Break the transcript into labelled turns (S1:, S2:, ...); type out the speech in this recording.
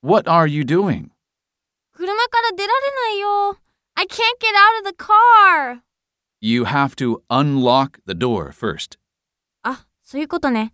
S1: What are you doing?
S2: 車から出られないよ。I can't get out of the car.
S1: You have to unlock the door first.
S2: あ、そういうことね。